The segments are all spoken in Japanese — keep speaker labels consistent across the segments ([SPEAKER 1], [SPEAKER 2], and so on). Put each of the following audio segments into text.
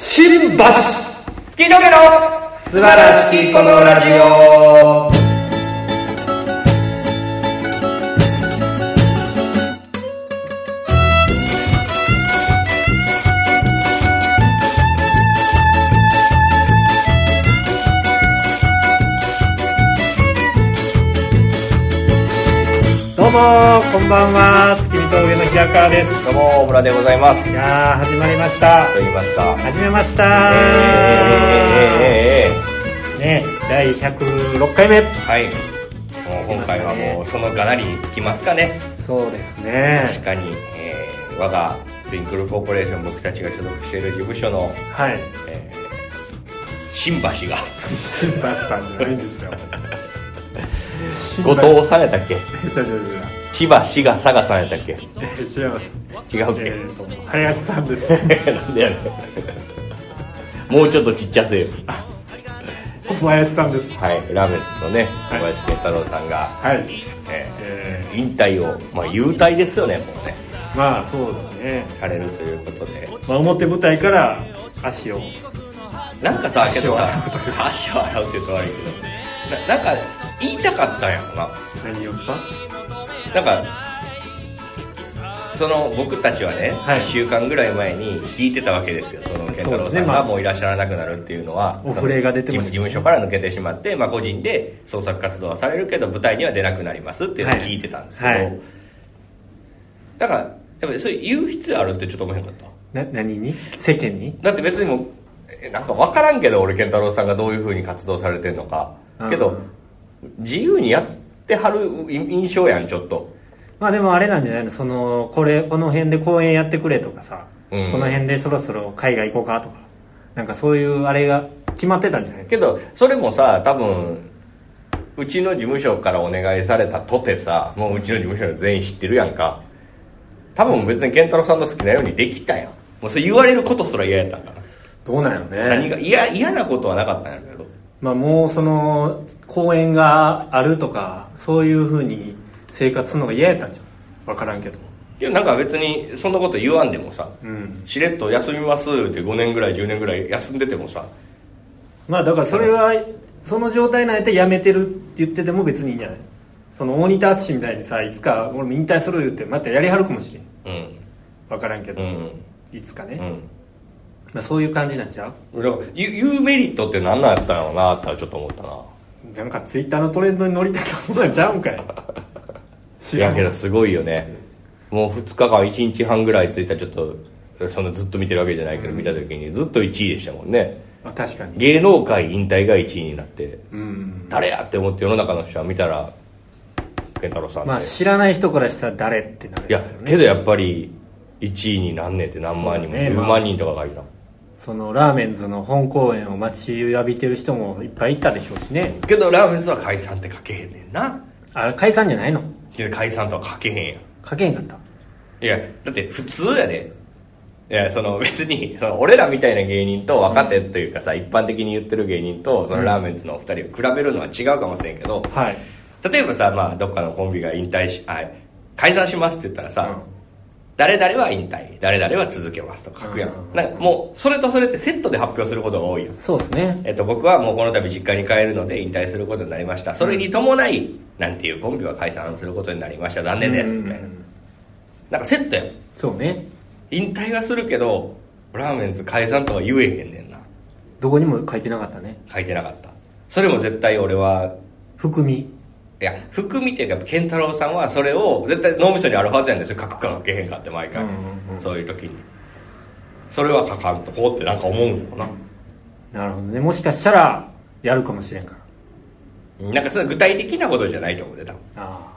[SPEAKER 1] 新橋
[SPEAKER 2] 月の家の素晴らしきこのラジオ
[SPEAKER 1] どうもこんばんは月見峠の平川です
[SPEAKER 2] どうも、小村でございます
[SPEAKER 1] い。やー始まりました
[SPEAKER 2] と言いますか。
[SPEAKER 1] 始めまし
[SPEAKER 2] え
[SPEAKER 1] た
[SPEAKER 2] えええええええ
[SPEAKER 1] ね第106回目
[SPEAKER 2] えはい。もう今回はもうそのがなりにつきますかね。
[SPEAKER 1] そうです
[SPEAKER 2] 確
[SPEAKER 1] ね
[SPEAKER 2] かに、えー、我がツインクルコーポレーション僕たちが所属している事務所の、
[SPEAKER 1] はい
[SPEAKER 2] えー、新橋が、
[SPEAKER 1] 新橋さんじゃないんですよ
[SPEAKER 2] 後藤さんやったっけ
[SPEAKER 1] 大丈夫で
[SPEAKER 2] 千葉、滋賀、佐賀さんやったっけ
[SPEAKER 1] す違います
[SPEAKER 2] 違うっ
[SPEAKER 1] え
[SPEAKER 2] け、
[SPEAKER 1] ーと林さんです
[SPEAKER 2] なんでやねんもうちょっとちっちゃせよ
[SPEAKER 1] 小林さんです
[SPEAKER 2] はいラーメンズのね小
[SPEAKER 1] い
[SPEAKER 2] 林健太郎さんが、
[SPEAKER 1] はい
[SPEAKER 2] え
[SPEAKER 1] え
[SPEAKER 2] ー引退をまあ勇退ですよねもうね
[SPEAKER 1] ー、まあそうですね
[SPEAKER 2] されるということで
[SPEAKER 1] まあ表舞台から足を
[SPEAKER 2] なんかさけどさ
[SPEAKER 1] 足
[SPEAKER 2] 足を洗うって言うと悪いけどななんか言いたかったんやろな
[SPEAKER 1] 何をした
[SPEAKER 2] なんかその僕たちはね、
[SPEAKER 1] はい
[SPEAKER 2] 1週間ぐらい前に聞いてたわけですよその健太
[SPEAKER 1] そうで
[SPEAKER 2] 郎
[SPEAKER 1] す
[SPEAKER 2] さ
[SPEAKER 1] ね
[SPEAKER 2] ん
[SPEAKER 1] まあ
[SPEAKER 2] がもういらっしゃらなくなるっていうのは
[SPEAKER 1] お触れが出てました
[SPEAKER 2] 事務所から抜けてしまって、まあ、個人で創作活動はされるけど舞台には出なくなりますっていうのを聞いてたんですけど、
[SPEAKER 1] はいはい
[SPEAKER 2] だからやっぱりそれ言う必要あるってちょっと思えへんかった
[SPEAKER 1] な何に世間に
[SPEAKER 2] だって別にもうえなんか分からんけど俺健太郎さんがどういうふうに活動されてんのか、
[SPEAKER 1] うん
[SPEAKER 2] けど自由にやってはる印象やんちょっと
[SPEAKER 1] まあでもあれなんじゃないのそのこれこの辺で公演やってくれとかさ、
[SPEAKER 2] うん
[SPEAKER 1] この辺でそろそろ海外行こうかとかなんかそういうあれが決まってたんじゃないの
[SPEAKER 2] けどそれもさ多分うちの事務所からお願いされたとてさもううちの事務所の全員知ってるやんか多分別に健太郎さんの好きなようにできたやんもうそれ言われることすら嫌やったんから、
[SPEAKER 1] どうなんやろ
[SPEAKER 2] 何が嫌嫌なことはなかったんやけど
[SPEAKER 1] まあもうその公演があるとかそういうふうに生活するのが嫌やったんじゃんわからんけど
[SPEAKER 2] いやなんか別にそんなこと言わんでもさ
[SPEAKER 1] うん
[SPEAKER 2] しれっと休みますって5年ぐらい10年ぐらい休んでてもさ
[SPEAKER 1] まあだからそれはその状態なんやったらやめてるって言ってても別にいいんじゃないその大仁田淳みたいにさいつか俺も引退する言ってまたやりはるかもしれん
[SPEAKER 2] うん
[SPEAKER 1] わからんけ
[SPEAKER 2] う
[SPEAKER 1] ど、
[SPEAKER 2] ん
[SPEAKER 1] いつか
[SPEAKER 2] う
[SPEAKER 1] ね、
[SPEAKER 2] ん
[SPEAKER 1] まあ、そういう感じなんちゃう
[SPEAKER 2] だから言う言うメリットって何なんやったんやろうなってちょっと思ったな
[SPEAKER 1] なんかツイッターのトレンドに乗りたいと思ったんちゃうんかい
[SPEAKER 2] い
[SPEAKER 1] 知ら
[SPEAKER 2] や
[SPEAKER 1] ん
[SPEAKER 2] けどすごいよねもう2日間1日半ぐらいついたらちょっとそんなずっと見てるわけじゃないけど見た時にずっと1位でしたもんね
[SPEAKER 1] あ確かに
[SPEAKER 2] 芸能界引退が1位になって
[SPEAKER 1] うん
[SPEAKER 2] 誰やって思って世の中の人は見たら健太郎さんって、
[SPEAKER 1] まあ知らない人からしたら誰ってなる
[SPEAKER 2] いやけどやっぱり1位になんねんって何万人も、
[SPEAKER 1] そうね
[SPEAKER 2] 10
[SPEAKER 1] まあ
[SPEAKER 2] 万人とかがいたもん
[SPEAKER 1] そのラーメンズの本公演を待ちわびてる人もいっぱいいたでしょうしね
[SPEAKER 2] けどラーメンズは解散って書けへんねんな
[SPEAKER 1] あ解散じゃないの
[SPEAKER 2] けど解散とは書けへんやん
[SPEAKER 1] 書けへんかった
[SPEAKER 2] いや、だって普通やで。いや、その別に、その俺らみたいな芸人と若手というかさ、一般的に言ってる芸人と、そのラーメンズのお二人を比べるのは違うかもしれんけど、
[SPEAKER 1] はい
[SPEAKER 2] 例えばさ、まあ、どっかのコンビが引退し、あ解散しますって言ったらさ、
[SPEAKER 1] うん
[SPEAKER 2] 誰々は引退、誰々は続けますとか書くやん。
[SPEAKER 1] うん
[SPEAKER 2] なんかもう、それとそれってセットで発表することが多いよ。
[SPEAKER 1] そうですね
[SPEAKER 2] えっと、僕はもうこの度実家に帰るので引退することになりました。それに伴い、なんていうコンビは解散することになりました。残念です。みたいな
[SPEAKER 1] う。ん
[SPEAKER 2] なんかセットやん。
[SPEAKER 1] そうね
[SPEAKER 2] 引退はするけどラーメンズ解散とは言えへんねんな
[SPEAKER 1] どこにも書いてなかったね
[SPEAKER 2] 書いてなかったそれも絶対俺は
[SPEAKER 1] 含み
[SPEAKER 2] いや含みっていうか健太郎さんはそれを絶対脳みそにあるはずやんですよ書くか書けへんかって毎回、
[SPEAKER 1] うんうんうん
[SPEAKER 2] そういう時にそれは書かんとこうってなんか思うんだろ
[SPEAKER 1] なるほどねもしかしたらやるかもしれんから
[SPEAKER 2] うななんかそれ具体的なことじゃないと思うで多分
[SPEAKER 1] あ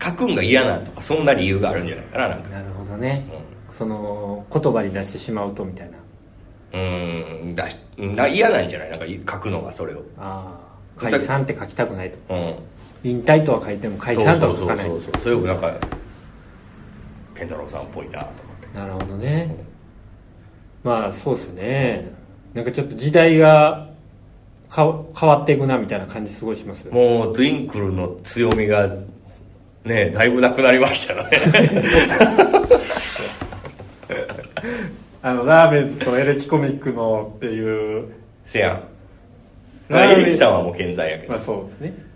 [SPEAKER 2] 書くんが嫌なんとかそんな理由があるんじゃないかななん
[SPEAKER 1] あ
[SPEAKER 2] か
[SPEAKER 1] なるほどね、その言葉に出してしまうとみたいな
[SPEAKER 2] うーんだしな嫌なんじゃないなんか書くのがそれを
[SPEAKER 1] ああ解散って書きたくないと
[SPEAKER 2] うん
[SPEAKER 1] 引退とは書いても解散とは書かない
[SPEAKER 2] そうそうそうそうそれもなんか健太郎さんっぽいなと思って
[SPEAKER 1] なるほどねまあそうですよねなんかちょっと時代がか変わっていくなみたいな感じすごいしますよね
[SPEAKER 2] もうトゥインクルの強みがねだいぶなくなりましたよね
[SPEAKER 1] あのラーメンズとエレキコミックのっていう
[SPEAKER 2] せやんまあ
[SPEAKER 1] ラーメン
[SPEAKER 2] エリキさんはもう健在やけど
[SPEAKER 1] まあそうですね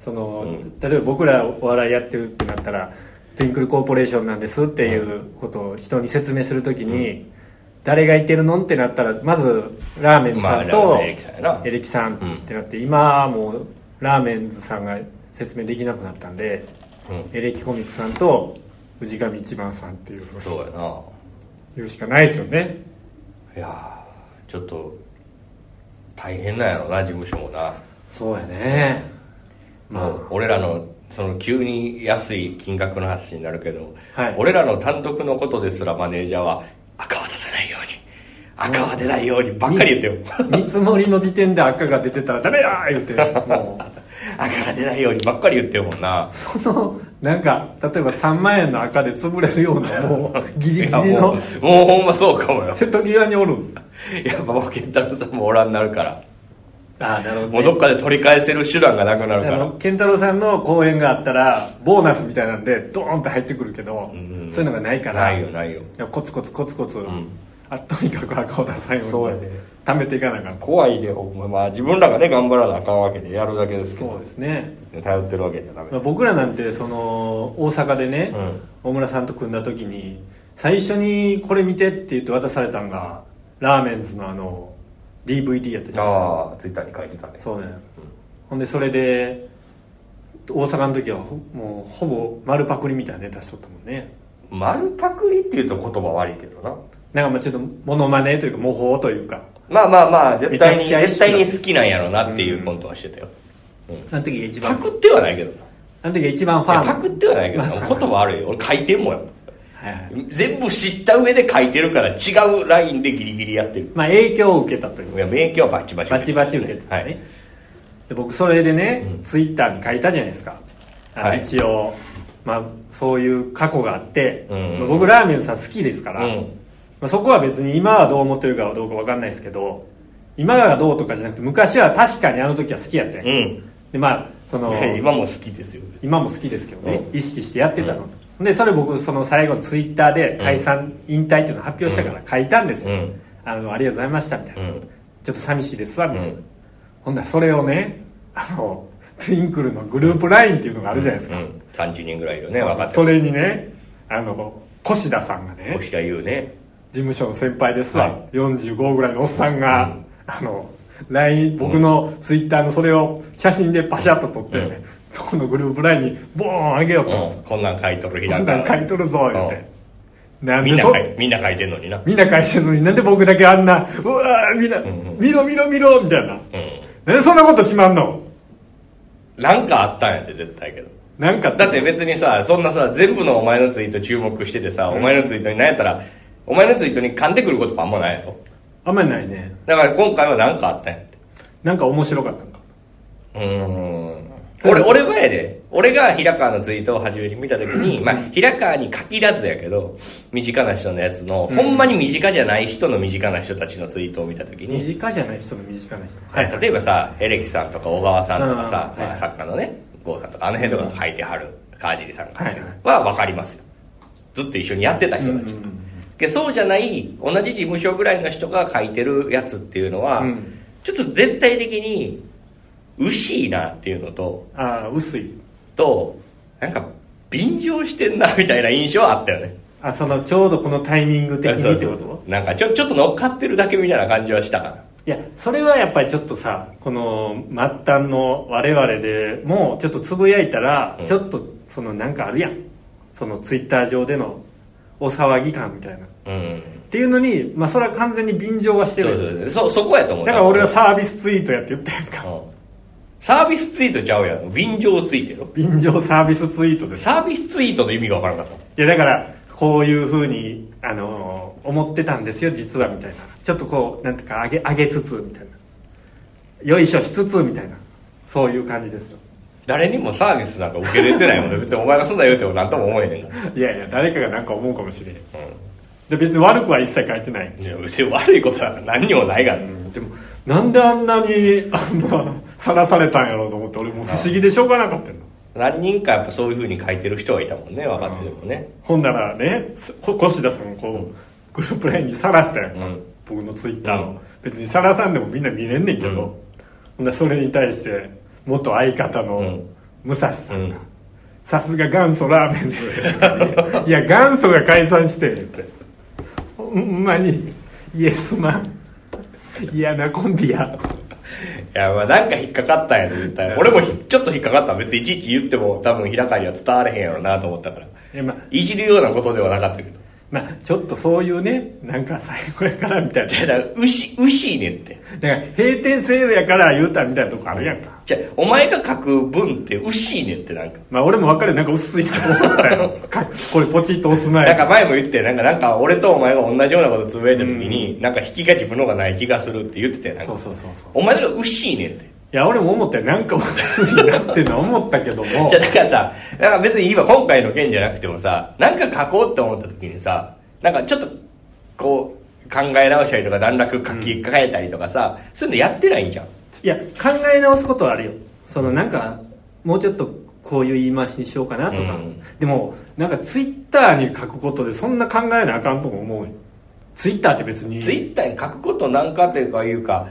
[SPEAKER 1] その、
[SPEAKER 2] うん
[SPEAKER 1] 例えば僕らお笑いやってるってなったら「トゥインクルコーポレーションなんです」っていうことを人に説明するときに、誰が言ってるのってなったらまずラーメンズ
[SPEAKER 2] ま
[SPEAKER 1] さ
[SPEAKER 2] あ
[SPEAKER 1] ん
[SPEAKER 2] ラー
[SPEAKER 1] と
[SPEAKER 2] メンエレキさんやな
[SPEAKER 1] エレキさんってなって、今はもうラーメンズさんが説明できなくなったんで、
[SPEAKER 2] うん
[SPEAKER 1] エレキコミックさんと藤上一番さんっていう
[SPEAKER 2] そうやな
[SPEAKER 1] 言うしかないですよね
[SPEAKER 2] いやーちょっと大変なんやろな事務所もな
[SPEAKER 1] そうやね
[SPEAKER 2] もう俺らのその急に安い金額の話になるけど、
[SPEAKER 1] はい
[SPEAKER 2] 俺らの単独のことですらマネージャーは赤は出さないように赤は出ないようにばっかり言ってよ
[SPEAKER 1] 見積もりの時点で赤が出てたら「ダメだ!」言うてもう。
[SPEAKER 2] 赤が出ないようにばっかり言ってよもんな
[SPEAKER 1] そのなんか例えば3万円の赤で潰れるようなもう ギリギリ
[SPEAKER 2] いやもう
[SPEAKER 1] の
[SPEAKER 2] もうほんまそうかもよ
[SPEAKER 1] 瀬戸際におる
[SPEAKER 2] やっぱもう健太郎さんもおらんなるから
[SPEAKER 1] ああなる
[SPEAKER 2] もうどっかで取り返せる手段がなくなる
[SPEAKER 1] あ
[SPEAKER 2] から
[SPEAKER 1] の健太郎さんの公演があったらボーナスみたいなんでドーンと入ってくるけど、
[SPEAKER 2] ん
[SPEAKER 1] そういうのがないから
[SPEAKER 2] ないよないよ
[SPEAKER 1] やコツコツコツコツ、
[SPEAKER 2] ん
[SPEAKER 1] あとにかく赤を出さんよに
[SPEAKER 2] そうやね
[SPEAKER 1] 貯めていかなあかった
[SPEAKER 2] 怖いでほんま、まあ、自分らがね頑張らなあかんわけでやるだけですけど
[SPEAKER 1] そうですね、
[SPEAKER 2] 頼ってるわけじゃダメ
[SPEAKER 1] まあ、僕らなんてその大阪でね、
[SPEAKER 2] うん
[SPEAKER 1] 大村さんと組んだ時に最初にこれ見てって言って渡されたのがラーメンズのあの DVD やったじゃないですか
[SPEAKER 2] ああツイッターに書いてたね
[SPEAKER 1] そうね、ほんでそれで大阪の時はほもうほぼ丸パクリみたいなネタしとったもんね
[SPEAKER 2] 丸パクリっていうと言葉悪いけどな
[SPEAKER 1] なんかまあちょっとモノマネというか模倣というか
[SPEAKER 2] まあまあまあ絶対に
[SPEAKER 1] めちゃくちゃ意識だ
[SPEAKER 2] 絶対に好きなんやろうなっていうコントはしてたよ、
[SPEAKER 1] あの時が一
[SPEAKER 2] パ
[SPEAKER 1] 番
[SPEAKER 2] クってはないけどな
[SPEAKER 1] あの時が一番ファ
[SPEAKER 2] い
[SPEAKER 1] ン
[SPEAKER 2] やパクってはないけどな
[SPEAKER 1] まあ
[SPEAKER 2] 言葉悪いよ俺書いてんもんや
[SPEAKER 1] はいはい
[SPEAKER 2] 全部知った上で書いてるから違うラインでギリギリやってる
[SPEAKER 1] まあ影響を受けたという
[SPEAKER 2] いや免疫はバチバチ
[SPEAKER 1] バチバチ受けてたね、で僕それでね、ツイッターに書いたじゃないですかあの
[SPEAKER 2] はい
[SPEAKER 1] 一応、まあ、そういう過去があって、
[SPEAKER 2] うん
[SPEAKER 1] まあ僕ラーメンさん好きですから、
[SPEAKER 2] うん
[SPEAKER 1] まあ、そこは別に今はどう思ってるかはどうか分かんないですけど今がどうとかじゃなくて昔は確かにあの時は好きやったやん
[SPEAKER 2] はい、うん
[SPEAKER 1] でまあその
[SPEAKER 2] いや今も好きですよ
[SPEAKER 1] 今も好きですけどね、
[SPEAKER 2] う
[SPEAKER 1] 意識してやってたの、でそれ僕その最後のツイッターで解散、引退っていうのを発表したから書いたんですよ、
[SPEAKER 2] うん
[SPEAKER 1] あのありがとうございましたみたいな、
[SPEAKER 2] うん
[SPEAKER 1] ちょっと寂しいですわみたいな、
[SPEAKER 2] うん
[SPEAKER 1] ほんならそれをねあのトゥインクルのグループラインっていうのがあるじゃないです
[SPEAKER 2] う
[SPEAKER 1] か、
[SPEAKER 2] ん30人ぐらいいるね
[SPEAKER 1] そう
[SPEAKER 2] 分
[SPEAKER 1] そ
[SPEAKER 2] か
[SPEAKER 1] う
[SPEAKER 2] って
[SPEAKER 1] そ
[SPEAKER 2] る
[SPEAKER 1] れにねあの越田さんがね
[SPEAKER 2] 押田優ね
[SPEAKER 1] 事務所の先輩ですわ、
[SPEAKER 2] は
[SPEAKER 1] 45ぐらいのおっさんが、
[SPEAKER 2] うん
[SPEAKER 1] あの LINE 僕のツイッターのそれを写真でパシャッと撮って、
[SPEAKER 2] うん
[SPEAKER 1] そこのグループラインにボーン上げようと思って
[SPEAKER 2] うんこんなん書いとる日
[SPEAKER 1] こ
[SPEAKER 2] なん
[SPEAKER 1] んなん書いとるぞ言って、なん
[SPEAKER 2] みん
[SPEAKER 1] で
[SPEAKER 2] な
[SPEAKER 1] そ
[SPEAKER 2] 書いみんな書いてんのにな
[SPEAKER 1] みんな書いてるのになんで僕だけあんなうわーみんな、
[SPEAKER 2] んうん
[SPEAKER 1] 見ろ見ろ見ろみたいな
[SPEAKER 2] うん
[SPEAKER 1] なんでそんなことしまんの
[SPEAKER 2] なんかあったんやって絶対けど
[SPEAKER 1] なんか
[SPEAKER 2] だって別にさそんなさ全部のお前のツイート注目しててさ、お前のツイートに何やったらお前のツイートに噛んでくることもあんまないやろ
[SPEAKER 1] あんまりないね
[SPEAKER 2] だから今回は何かあったんやって
[SPEAKER 1] なんか面白かったんか
[SPEAKER 2] うーん俺俺はやで俺が平川のツイートを初めに見た時に、まあ、平川に限らずやけど身近な人のやつの、ほんまに身近じゃない人の身近な人たちのツイートを見た時
[SPEAKER 1] 身
[SPEAKER 2] に、
[SPEAKER 1] 近じゃない人の身近な人
[SPEAKER 2] 例えばさエレキさんとか小川さんとかさ、
[SPEAKER 1] うん
[SPEAKER 2] まあ作家のね郷さんとかあの辺とかが書いてはる川尻さんが書いてはる
[SPEAKER 1] はい
[SPEAKER 2] は分かりますよずっと一緒にやってた人たち、
[SPEAKER 1] うんうんうん
[SPEAKER 2] でそうじゃない同じ事務所ぐらいの人が書いてるやつっていうのは、
[SPEAKER 1] うん
[SPEAKER 2] ちょっと全体的に薄いなっていうのと
[SPEAKER 1] ああ薄い
[SPEAKER 2] となんか便乗してんなみたいな印象はあったよね
[SPEAKER 1] あそのちょうどこのタイミング的にって
[SPEAKER 2] そ
[SPEAKER 1] こと
[SPEAKER 2] うそうそうなんかちょちょっと乗っかってるだけみたいな感じはしたかない
[SPEAKER 1] やそれはやっぱりちょっとさこの末端の我々でもうちょっとつぶやいたら、
[SPEAKER 2] うん
[SPEAKER 1] ちょっとそのなんかあるやんそのツイッター上でのお騒ぎ感みたいなっ
[SPEAKER 2] うん
[SPEAKER 1] ていうのにまあそれは完全に便乗はして
[SPEAKER 2] そう
[SPEAKER 1] る
[SPEAKER 2] そうそうそそこやと思う
[SPEAKER 1] だから俺はサービスツイートやって言ったやんか
[SPEAKER 2] うんサービスツイートちゃうやん便乗ついてる
[SPEAKER 1] 便乗サービスツイートです
[SPEAKER 2] サービスツイートの意味がわからなかっ
[SPEAKER 1] いやだからこういうふうに、あのー思ってたんですよ実はみたいなちょっとこうなんていうか上げ上げつつみたいなよいしょしつつみたいなそういう感じですよ
[SPEAKER 2] た誰にもサービスなんか受け入れてないもんね別にお前がそんなん言うても何とも思えへんか
[SPEAKER 1] いやいや誰かがなんか思うかもしれん、で別に悪くは一切書いてない、
[SPEAKER 2] らいや別に悪いことなんか何にもないから、
[SPEAKER 1] でもなんであんなにあんなさらされたんやろうと思って俺もう不思議でしょうがなかったの
[SPEAKER 2] 何人かやっぱそういうふうに書いてる人はいたもんね若手でもね、
[SPEAKER 1] ほんならねこ越田さんもこうグループラインにさらしたやんか、
[SPEAKER 2] うん
[SPEAKER 1] 僕のツイッターを、
[SPEAKER 2] うん
[SPEAKER 1] 別にさらさんでもみんな見れんねんけど、
[SPEAKER 2] うん
[SPEAKER 1] ほんならそれに対して元相方
[SPEAKER 2] う
[SPEAKER 1] の
[SPEAKER 2] ん
[SPEAKER 1] 武蔵さ
[SPEAKER 2] うんん
[SPEAKER 1] が「さすが元祖ラーメンで」いや元祖が解散して」言って「ほんまにイエスマン嫌なコンビや」
[SPEAKER 2] いや、まあなんか引っかかったんやね、絶対。俺もひちょっと引っかかった。別にいちいち言っても多分平川には伝われへんやろなと思ったから。
[SPEAKER 1] えまあ
[SPEAKER 2] いじるようなことではなかったけど。
[SPEAKER 1] まあちょっとそういうねなんか最後やからみたいな
[SPEAKER 2] じゃあ、だから牛、牛ねんって。
[SPEAKER 1] だから閉店セールやから言うたみたいなとこあるやんか、
[SPEAKER 2] じゃあ、お前が書く文って牛ねんってなんか。
[SPEAKER 1] まあ俺も分かるよなんか薄いなと思った よかこれポチッと押す前
[SPEAKER 2] なんか前も言って、なんか、なんか俺とお前が同じようなことつぶやいた時に、なんか引きが自分の方がない気がするって言ってたよ、なん
[SPEAKER 1] そう
[SPEAKER 2] か。
[SPEAKER 1] そうそうそう
[SPEAKER 2] お前のが牛ねんって。
[SPEAKER 1] いや俺も思ったよなんか薄いなってのは思ったけども
[SPEAKER 2] じゃあ、だからさ、なんか別に今今回の件じゃなくてもさ、なんか書こうって思った時にさ、なんかちょっと、こう、考え直したりとか、段落書き換えたりとかさ、そういうのやってないんじゃん。
[SPEAKER 1] いや考え直すことはあるよそのなんかもうちょっとこういう言い回しにしようかなとか、
[SPEAKER 2] うん
[SPEAKER 1] でもなんかツイッターに書くことでそんな考えなあかんとも思うよツイッターって別に
[SPEAKER 2] ツイッターに書くことなんかというか、いうか、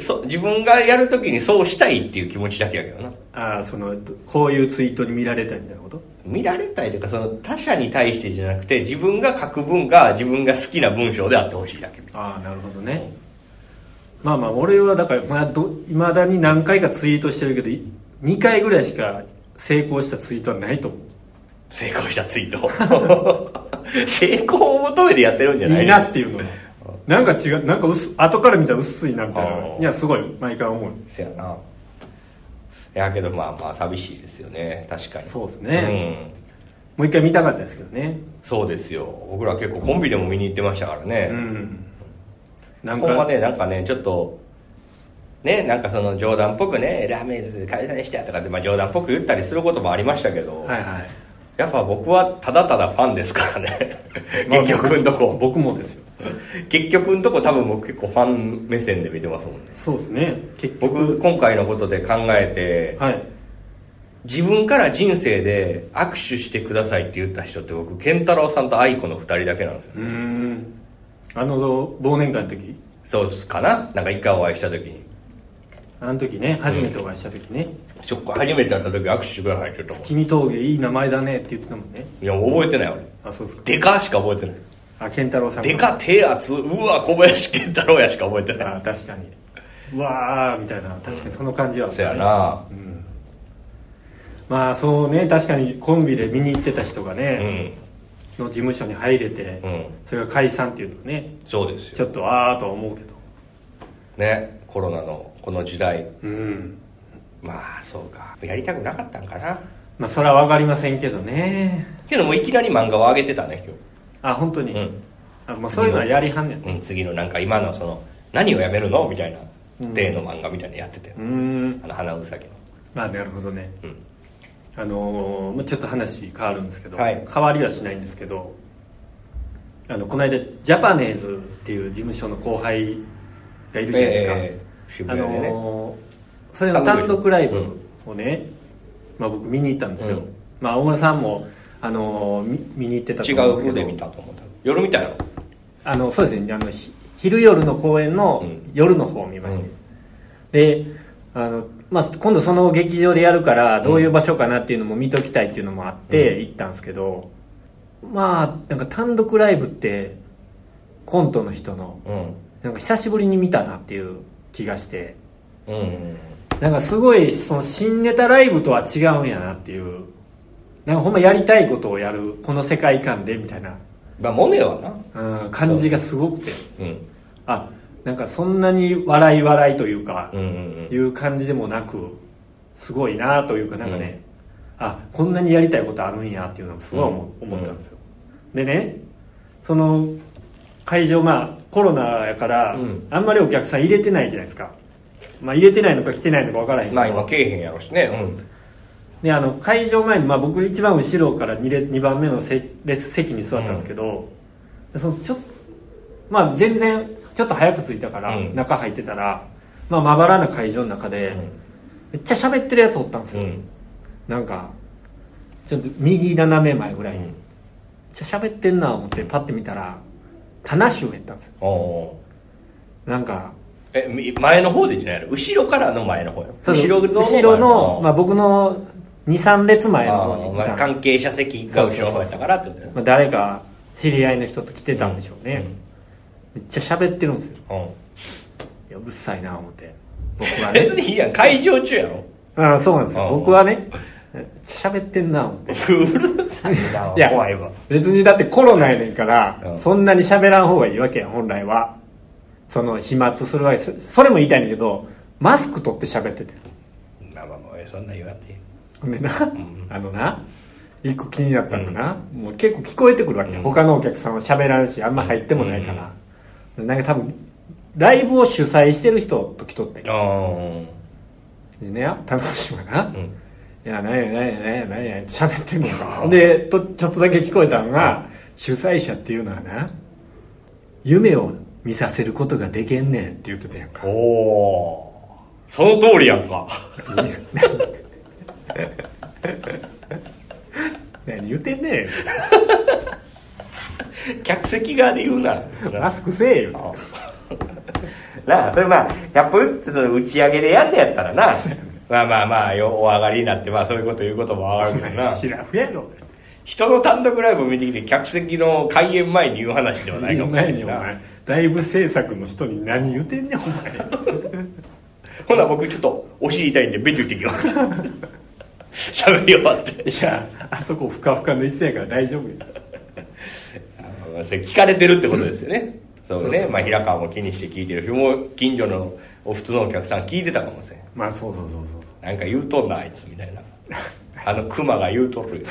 [SPEAKER 2] そ自分がやるときにそうしたいっていう気持ちだけやけどな。
[SPEAKER 1] あーそのこういうツイートに見られたみたいなこと
[SPEAKER 2] 見られたいというか、その他者に対してじゃなくて、自分が書く文が自分が好きな文章であってほしいだけ。
[SPEAKER 1] ああなるほどね、まあまあ俺はだからまあどいまだに何回かツイートしてるけどい2回ぐらいしか成功したツイートはないと思う
[SPEAKER 2] 成功したツイー ト。成功を求めてやってるんじゃない
[SPEAKER 1] いいなっていうのはなんか違うなんか薄後から見たら薄いなみたい
[SPEAKER 2] あ
[SPEAKER 1] な
[SPEAKER 2] ー
[SPEAKER 1] いやすごい毎回思う
[SPEAKER 2] せやな。いやけどまあまあ寂しいですよね、確かに。
[SPEAKER 1] そうですね。もう一回見たかったですけどね
[SPEAKER 2] うん。そうですよ。僕ら結構コンビでも見に行ってましたからね。
[SPEAKER 1] うんなん
[SPEAKER 2] ほんま
[SPEAKER 1] か
[SPEAKER 2] ね、なんかね、ちょっと、ね、なんかその冗談っぽくね、ラーメンズ解散したとかって、まあ冗談っぽく言ったりすることもありましたけど、
[SPEAKER 1] はいはい
[SPEAKER 2] やっぱ僕はただただファンですからね。 結局んとこ。
[SPEAKER 1] 僕もですよ
[SPEAKER 2] 結局んとこ多分僕結構ファン目線で見てますもんね。
[SPEAKER 1] そうですね結
[SPEAKER 2] 僕、
[SPEAKER 1] 局
[SPEAKER 2] 今回のことで考えて、
[SPEAKER 1] はい
[SPEAKER 2] 自分から人生で握手してくださいって言った人って僕、健太郎さんと愛子の二人だけなんですよ。
[SPEAKER 1] うーんあの忘年会の時
[SPEAKER 2] そうっすかななんか一回お会いした時に。
[SPEAKER 1] あの時ね初めてお会いした時ね、
[SPEAKER 2] ちょっと初めて会った時握手してくださいって言ったもん
[SPEAKER 1] 君峠いい名前だねって言ってたもんね
[SPEAKER 2] いや、覚えてない俺。
[SPEAKER 1] あそうですか
[SPEAKER 2] でかしか覚えてない。
[SPEAKER 1] あ健太郎さんが
[SPEAKER 2] でか手厚、うわ、小林健太郎やしか覚えてない。
[SPEAKER 1] あ確かにうわーみたいな確かにその感じは
[SPEAKER 2] そやな
[SPEAKER 1] まあそうね確かにコンビで見に行ってた人が
[SPEAKER 2] う
[SPEAKER 1] ね、
[SPEAKER 2] ん。
[SPEAKER 1] の事務所に入れて、
[SPEAKER 2] うん
[SPEAKER 1] それが解散っていうのはね
[SPEAKER 2] そうです
[SPEAKER 1] ち
[SPEAKER 2] よ。
[SPEAKER 1] ょっとああとは思うけど
[SPEAKER 2] ね、コロナのこの時代。
[SPEAKER 1] うん
[SPEAKER 2] まあ、そうか。やりたくなかったんかな。
[SPEAKER 1] まあそれは分かりませんけどね
[SPEAKER 2] けどもういきなり漫画を上げてたね、
[SPEAKER 1] あ本当に、
[SPEAKER 2] 今日。うん。
[SPEAKER 1] あまあ、そういうのはやりはんねん
[SPEAKER 2] うん、次のなんか今のその、何をやめるのみたいな、例の漫画みたいなのやってて
[SPEAKER 1] う。ーん
[SPEAKER 2] あの、花うさぎの。
[SPEAKER 1] まあなるほどね
[SPEAKER 2] うん。
[SPEAKER 1] あのーまあちょっと話変わるんですけど、
[SPEAKER 2] はい
[SPEAKER 1] 変わりはしないんですけどあのこの間ジャパネーズっていう事務所の後輩がいるじゃないですか、
[SPEAKER 2] ええ渋
[SPEAKER 1] あ
[SPEAKER 2] 谷でね。
[SPEAKER 1] のーそれの単独ライブをね、まあ、僕見に行ったんですよ、
[SPEAKER 2] うん
[SPEAKER 1] まあ、大村さんも、あのーみ見に行ってたと
[SPEAKER 2] 違
[SPEAKER 1] 思うん
[SPEAKER 2] う
[SPEAKER 1] です
[SPEAKER 2] 風
[SPEAKER 1] け
[SPEAKER 2] で
[SPEAKER 1] ど
[SPEAKER 2] 見たと思った。夜見たよ。
[SPEAKER 1] あのそうですねあのひ昼夜の公演の
[SPEAKER 2] うん
[SPEAKER 1] 夜の方を見ました、
[SPEAKER 2] うん
[SPEAKER 1] であの、まあ、今度その劇場でやるからどういう場所かなっていうのも見ときたいっていうのもあって
[SPEAKER 2] う
[SPEAKER 1] 行ったんですけど、まあなんか単独ライブってコントの人の
[SPEAKER 2] うん。
[SPEAKER 1] なんか久しぶりに見たなっていう気がして
[SPEAKER 2] うんうん。
[SPEAKER 1] なんかすごいその新ネタライブとは違うんやなっていうなんかほんまやりたいことをやるこの世界観でみたいな、
[SPEAKER 2] まあ、モネはな。
[SPEAKER 1] うん、感じがすごくて。
[SPEAKER 2] うん。
[SPEAKER 1] あなんかそんなに笑い笑いというか
[SPEAKER 2] う、んうんうん。
[SPEAKER 1] いう感じでもなくすごいなというかなんかね、あこんなにやりたいことあるんやっていうのをすごい思,、
[SPEAKER 2] うん
[SPEAKER 1] 思ったんですよ、でねその会場まあコロナやから、
[SPEAKER 2] うん
[SPEAKER 1] あんまりお客さん入れてないじゃないですか、まあ、入れてないのか来てないのか分からへんけど、
[SPEAKER 2] まあ、今、けえへんやろしね。うん。
[SPEAKER 1] であの会場前に、まあ、僕一番後ろから 2, 列二番目のせ列席に座ったんですけど、でそのちょっまあ全然ちょっと早く着いたから、
[SPEAKER 2] うん
[SPEAKER 1] 中入ってたら、まあ、まばらな会場の中で、めっちゃ喋ってるやつおったんです
[SPEAKER 2] う
[SPEAKER 1] よ、
[SPEAKER 2] ん。
[SPEAKER 1] なんかちょっと右斜め前ぐらいに、
[SPEAKER 2] うん
[SPEAKER 1] めっちゃ喋ってんな思ってパッて見たら棚主をやったんですよ
[SPEAKER 2] おお
[SPEAKER 1] なんか
[SPEAKER 2] ーえみ前の方でじゃないの後ろからの前の方よ
[SPEAKER 1] そうそう
[SPEAKER 2] の
[SPEAKER 1] 後ろの、まあ、
[SPEAKER 2] あ
[SPEAKER 1] 僕の23列前の方に
[SPEAKER 2] ー
[SPEAKER 1] い
[SPEAKER 2] ま
[SPEAKER 1] た
[SPEAKER 2] あ関係者席が後ろの方やったからってことだよね
[SPEAKER 1] まあ、誰か知り合いの人と来てたんでしょうね、めっちゃ喋ってるんですよいやうるさいな思って僕は
[SPEAKER 2] うん
[SPEAKER 1] ね
[SPEAKER 2] 別にいいやん会 場中やろ
[SPEAKER 1] あそうなんですよ
[SPEAKER 2] うん
[SPEAKER 1] 僕はねめっちゃ喋ってんな思って
[SPEAKER 2] うるさいない
[SPEAKER 1] や
[SPEAKER 2] 怖いわ
[SPEAKER 1] 別にだってコロナやねんから、
[SPEAKER 2] うん
[SPEAKER 1] そんなに喋らん方がいいわけやん本来はその飛沫するわけそそれも言いたいねんだけどマスク取って喋ってて
[SPEAKER 2] まあまあまあそんなん言わんていい
[SPEAKER 1] ほんでな、あのな一個気になったのがな、もう結構聞こえてくるわけ、他のお客さんは喋らんしあんま入ってもないから、なんか多分ライブを主催してる人と来とってん
[SPEAKER 2] あー
[SPEAKER 1] でね楽しむな、
[SPEAKER 2] うん
[SPEAKER 1] いや、なんや、なんや、なんや、なんや、喋ってんのか。で、と、ちょっとだけ聞こえたのが、主催者っていうのはな、夢を見させることができんねんって言ってたやんか。
[SPEAKER 2] おおーその通りやんか
[SPEAKER 1] 何言ってんね
[SPEAKER 2] 客席側で言うな
[SPEAKER 1] ん。マスクせえよ。
[SPEAKER 2] なあそれまあ100歩ずつその打ち上げでやんねやったらなまあまあまあよお上がりになってまあそういうこと言うことも上がるけどな
[SPEAKER 1] 知らんやろ。
[SPEAKER 2] 人の単独ライブを見てきて客席の開演前に言う話ではないかもし
[SPEAKER 1] 前
[SPEAKER 2] れ
[SPEAKER 1] にお
[SPEAKER 2] ないな
[SPEAKER 1] 前、ライブ制作の人に何言ってんねん、お前。
[SPEAKER 2] ほな僕ちょっとお尻痛いんでベッド行ってきます 喋り終わって
[SPEAKER 1] いや、あそこふかふかの椅子やから大丈夫や。
[SPEAKER 2] それ聞かれてるってことですよねそう
[SPEAKER 1] そうそう
[SPEAKER 2] ね
[SPEAKER 1] そう
[SPEAKER 2] まあ平川も気にして聞いてるしもう近所のお普通のお客さん聞いてたかもしれん
[SPEAKER 1] まあ、そうそうそうそう。
[SPEAKER 2] なんか言うとんなあいつみたい なあのクマが言うとるよ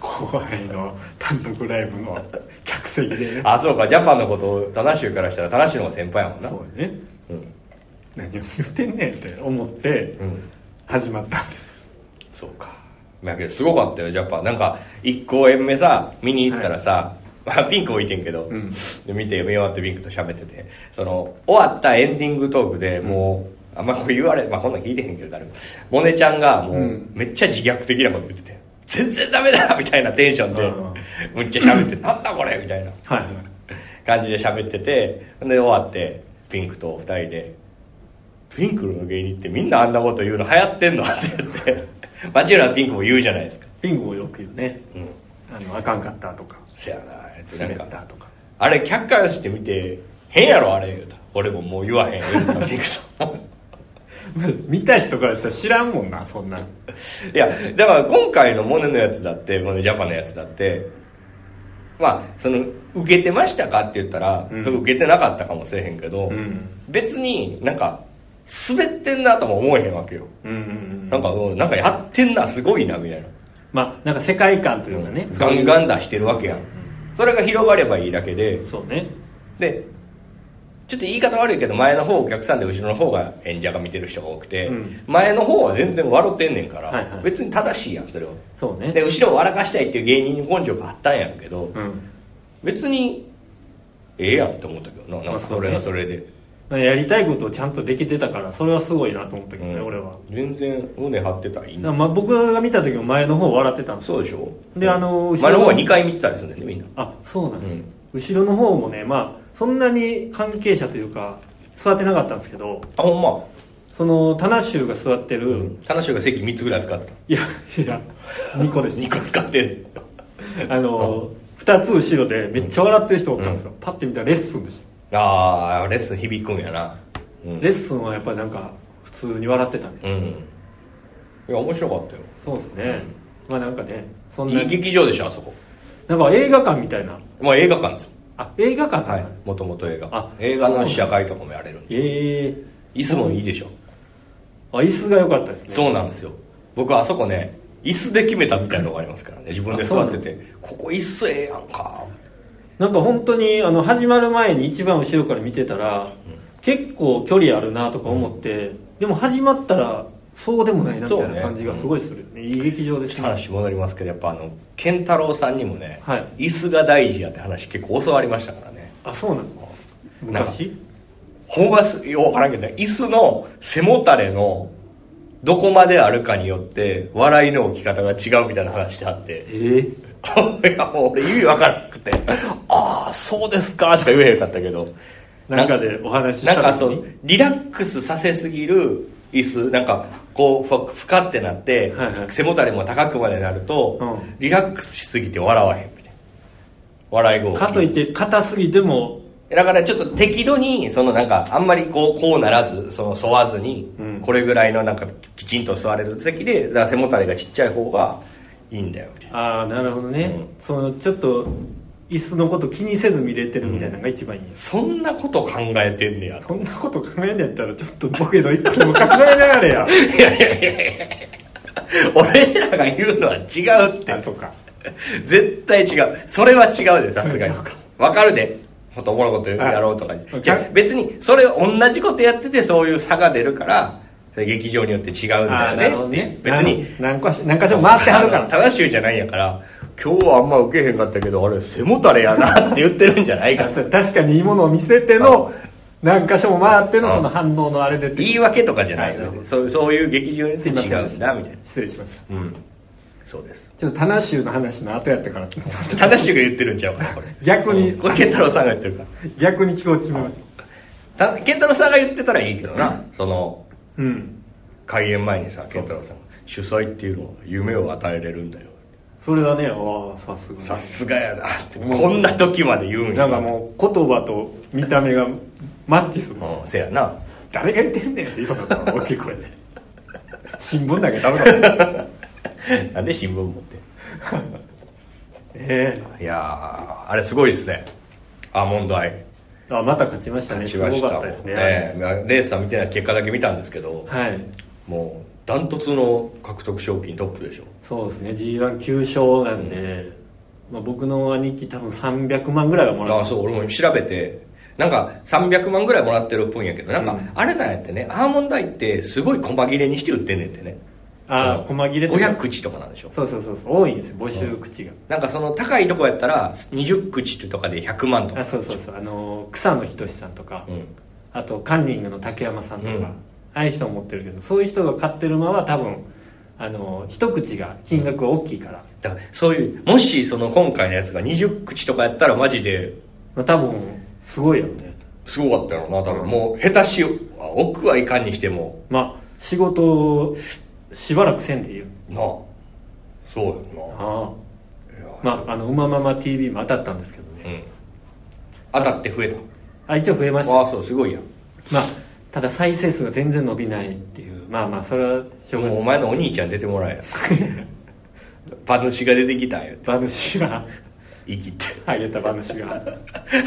[SPEAKER 1] 後輩の単独ライブの客席で。
[SPEAKER 2] あ、そうか、ジャパンのことを、タナシューからしたら、タナシューの方が先輩やもんな。
[SPEAKER 1] そうね。
[SPEAKER 2] うん。
[SPEAKER 1] 何を言ってんねんって思って
[SPEAKER 2] うん。
[SPEAKER 1] 始まったんです、
[SPEAKER 2] そうか。だけど、すごかったよ、ジャパン。なんか、一公演目さ、見に行ったらさ、まあ、ピンク置いてんけど、
[SPEAKER 1] ん
[SPEAKER 2] で見て、見終わってピンクと喋ってて、その、終わったエンディングトークでもう、あんまこう言われ、まあ、こんなん聞いてへんけど、誰も。モネちゃんが、もう、
[SPEAKER 1] うん
[SPEAKER 2] めっちゃ自虐的なこと言ってて、全然ダメだみたいなテンションで
[SPEAKER 1] うん、
[SPEAKER 2] むっちゃ喋って、なんだこれみたいな。
[SPEAKER 1] はい
[SPEAKER 2] 感じで喋っててで終わってピンクと二人で「ピンクの芸人ってみんなあんなこと言うの流行ってんの?」って言ってマチュラピンクも言うじゃないですか
[SPEAKER 1] ビンゴもよく言うね
[SPEAKER 2] うん
[SPEAKER 1] あのあかんかったとか
[SPEAKER 2] せやなえっと
[SPEAKER 1] 滑
[SPEAKER 2] な
[SPEAKER 1] っ
[SPEAKER 2] ん
[SPEAKER 1] た
[SPEAKER 2] か
[SPEAKER 1] とか
[SPEAKER 2] あれ客観してみて変やろあれ言うた俺ももう言わへん言うたピンクさん
[SPEAKER 1] 見た人からしたら知らんもんなそんない
[SPEAKER 2] やだから今回のモネのやつだってモネジャパンのやつだってまあその受けてましたかって言ったら、
[SPEAKER 1] うん
[SPEAKER 2] 受けてなかったかもしれへんけど、
[SPEAKER 1] ん
[SPEAKER 2] 別になんか滑ってんなとも思えへんわけよ
[SPEAKER 1] うんうん
[SPEAKER 2] なんか、うんなんかやってんな、すごいな、みたいな。
[SPEAKER 1] まあなんか世界観というかね、
[SPEAKER 2] ガンガン出してるわけやん。それが広がればいいだけで、
[SPEAKER 1] そうね
[SPEAKER 2] で、ちょっと言い方悪いけど、前の方お客さんで後ろの方が演者が見てる人が多くて、
[SPEAKER 1] うん
[SPEAKER 2] 前の方は全然笑ってんねんから、
[SPEAKER 1] はいはい
[SPEAKER 2] 別に正しいやん、それは。
[SPEAKER 1] そうね
[SPEAKER 2] で、後ろを笑かしたいっていう芸人の根性があったんやろうけど、
[SPEAKER 1] うん
[SPEAKER 2] 別に、ええやんって思ったけどな、なんかそれはそれで。
[SPEAKER 1] やりたいことをちゃんとできてたからそれはすごいなと思ったけどね、
[SPEAKER 2] うん
[SPEAKER 1] 俺は
[SPEAKER 2] 全然胸張ってたらいいん
[SPEAKER 1] だから
[SPEAKER 2] だ。
[SPEAKER 1] まあ僕が見た時も前の方笑ってたんですよ
[SPEAKER 2] そうでしょ
[SPEAKER 1] であの
[SPEAKER 2] 前の方は2回見てたりするんだよね、みんな。
[SPEAKER 1] あそうなんだ、
[SPEAKER 2] うん
[SPEAKER 1] 後ろの方もねまあそんなに関係者というか座ってなかったんですけど
[SPEAKER 2] あ、ほんま。
[SPEAKER 1] そのタナシューが座ってる、
[SPEAKER 2] 田中が席3つぐらい使ってた
[SPEAKER 1] いやいや2個です
[SPEAKER 2] 2個使ってる
[SPEAKER 1] あの2つ後ろでめっちゃ笑ってる人おったんですよ、パッて見たらレッスンでし
[SPEAKER 2] ああレッスン響くんやなうん
[SPEAKER 1] たレッスンはやっぱりなんか普通に笑ってたね
[SPEAKER 2] うんいや面白かったよ
[SPEAKER 1] そうですね、まあなんかねそんない
[SPEAKER 2] い劇場でしょあそこ
[SPEAKER 1] なんか映画館みたいな
[SPEAKER 2] まあ映画館です
[SPEAKER 1] あ映画館だ、
[SPEAKER 2] はいもともと映画
[SPEAKER 1] あ
[SPEAKER 2] 映画の試写会とかもやれるんで
[SPEAKER 1] ええ
[SPEAKER 2] 椅子もいいでしょ
[SPEAKER 1] あ椅子が良かったですね
[SPEAKER 2] そうなんですよ僕あそこね椅子で決めたみたいなのがありますからね自分で座っててここ椅子ええやんか
[SPEAKER 1] なんか本当にあの始まる前に一番後ろから見てたら、結構距離あるなとか思って、でも始まったらそうでもないなみたいな感じがすごいするよねいい劇場ですね
[SPEAKER 2] 話戻りますけどやっぱあの健太郎さんにもね、
[SPEAKER 1] はい
[SPEAKER 2] 椅子が大事やって話結構教わりましたからね
[SPEAKER 1] あそうなの昔
[SPEAKER 2] ほんます、ようわからんけどね、椅子の背もたれの、どこまであるかによって、笑いの置き方が違うみたいな話してあって、
[SPEAKER 1] ええ
[SPEAKER 2] いやもう俺意味わからなくて「ああそうですか」しか言えへんかったけど
[SPEAKER 1] なんかでお話しし
[SPEAKER 2] な
[SPEAKER 1] た
[SPEAKER 2] んか
[SPEAKER 1] 時
[SPEAKER 2] その
[SPEAKER 1] に
[SPEAKER 2] リラックスさせすぎる椅子なんかこうふふかってなって、
[SPEAKER 1] はいはい
[SPEAKER 2] 背もたれも高くまでなると、
[SPEAKER 1] うん
[SPEAKER 2] リラックスしすぎて笑わへんみたいな笑い声
[SPEAKER 1] かといって硬すぎても
[SPEAKER 2] だからちょっと適度にそのなんかあんまりこうこうならずその沿わずに、
[SPEAKER 1] うん
[SPEAKER 2] これぐらいのなんかきちんと座れる席でだから背もたれがちっちゃい方がいいんだよみたいな
[SPEAKER 1] ああなるほどね、
[SPEAKER 2] うん
[SPEAKER 1] そのちょっと椅子のこと気にせず見れてるみたいなのが一番いい、
[SPEAKER 2] そんなこと考えてんねや
[SPEAKER 1] そんなこと考えんやったらちょっとボケの一個でも考えながら や
[SPEAKER 2] いやいやいやいや俺らが言うのは違うって
[SPEAKER 1] あそうか
[SPEAKER 2] 絶対違うそれは違うでさすがに
[SPEAKER 1] 違うか
[SPEAKER 2] わかるでもっとおもろいことやろうとかに
[SPEAKER 1] あ
[SPEAKER 2] いや別にそれ同じことやっててそういう差が出るからそれ劇場によって違うんだよねっていう別に
[SPEAKER 1] 何かし何か所も回ってはるから
[SPEAKER 2] 正しいじゃないんやから今日はあんま受けへんかったけどあれ背もたれやなって言ってるんじゃないか
[SPEAKER 1] あ そう確かにいいものを見せての何か所も回ってのその反応のあれでって
[SPEAKER 2] 言い訳とかじゃない
[SPEAKER 1] なる
[SPEAKER 2] よ
[SPEAKER 1] ほど
[SPEAKER 2] ねそうそういう劇場によって
[SPEAKER 1] すい
[SPEAKER 2] 違
[SPEAKER 1] ません
[SPEAKER 2] うんだみたいな
[SPEAKER 1] 失礼しました
[SPEAKER 2] うんそうです
[SPEAKER 1] ちょっと棚州の話の後やったから
[SPEAKER 2] 正しく言ってるんちゃうかなこれ
[SPEAKER 1] 逆に
[SPEAKER 2] うんこれ健太郎さんが言ってるか
[SPEAKER 1] 逆に聞こえてしまいました
[SPEAKER 2] らた健太郎さんが言ってたらいいけどなその
[SPEAKER 1] うん
[SPEAKER 2] 開演前にさ健太郎さんが主催っていうのは夢を与えれるんだよ
[SPEAKER 1] それだねああさすが
[SPEAKER 2] さすがやなってこんな時まで言うん
[SPEAKER 1] な
[SPEAKER 2] や
[SPEAKER 1] んかもう言葉と見た目がマッチする
[SPEAKER 2] うんせやな
[SPEAKER 1] 誰が言ってんねんって今のさ大きい声で新聞だけダメだもん
[SPEAKER 2] なんで新聞持って
[SPEAKER 1] え
[SPEAKER 2] いやーあれすごいですねアーモンドアイ
[SPEAKER 1] えあまた勝ちましたね
[SPEAKER 2] し
[SPEAKER 1] す
[SPEAKER 2] ま
[SPEAKER 1] ご
[SPEAKER 2] した
[SPEAKER 1] かっ
[SPEAKER 2] もん
[SPEAKER 1] たですね
[SPEAKER 2] ええまあレースは見てない結果だけ見たんですけど
[SPEAKER 1] はい
[SPEAKER 2] もうダントツの獲得賞金トップでしょ
[SPEAKER 1] そうですね G19 勝なんで、まあ、僕の兄貴多分300万ぐらいはもら
[SPEAKER 2] あ
[SPEAKER 1] っ
[SPEAKER 2] あそう俺も調べてなんか300万ぐらいもらってるっぽいんやけどなんかあれなんやってねアーモンドアイってすごい細切れにして売ってんねんってね
[SPEAKER 1] たああ
[SPEAKER 2] その
[SPEAKER 1] 細切れとか
[SPEAKER 2] 500口とかなんでしょ
[SPEAKER 1] そうそうそうそう多いんですよ募集口が、
[SPEAKER 2] なんかその高いとこやったら20口とかで100万と
[SPEAKER 1] あ
[SPEAKER 2] か
[SPEAKER 1] そうそうそうあのー草野仁さんとか、
[SPEAKER 2] うん
[SPEAKER 1] あとカンニングの竹山さんとか、
[SPEAKER 2] うん
[SPEAKER 1] ああいう人も持ってるけどそういう人が買ってる馬は多分あのー一口が金額が大きいから、
[SPEAKER 2] だからそういうもしその今回のやつが20口とかやったらマジで
[SPEAKER 1] まあ、多分すごいよね
[SPEAKER 2] すごかったよな多分もう下手し奥はいかんにしても
[SPEAKER 1] まあ仕事をしばらくせんでいいよ
[SPEAKER 2] なあそうよ
[SPEAKER 1] あ
[SPEAKER 2] な、い
[SPEAKER 1] あ
[SPEAKER 2] や
[SPEAKER 1] まああの「うままま TV」も当たったんですけどね
[SPEAKER 2] うん当たって増えた
[SPEAKER 1] あ一応増えました
[SPEAKER 2] ああそうすごいや
[SPEAKER 1] まあただ再生数が全然伸びないっていうまあまあそれはしょうがな
[SPEAKER 2] もうお
[SPEAKER 1] い
[SPEAKER 2] 前のお兄ちゃん出てもらえ や馬主が出てきたんよ
[SPEAKER 1] 馬主が
[SPEAKER 2] 生きて
[SPEAKER 1] あげた馬主が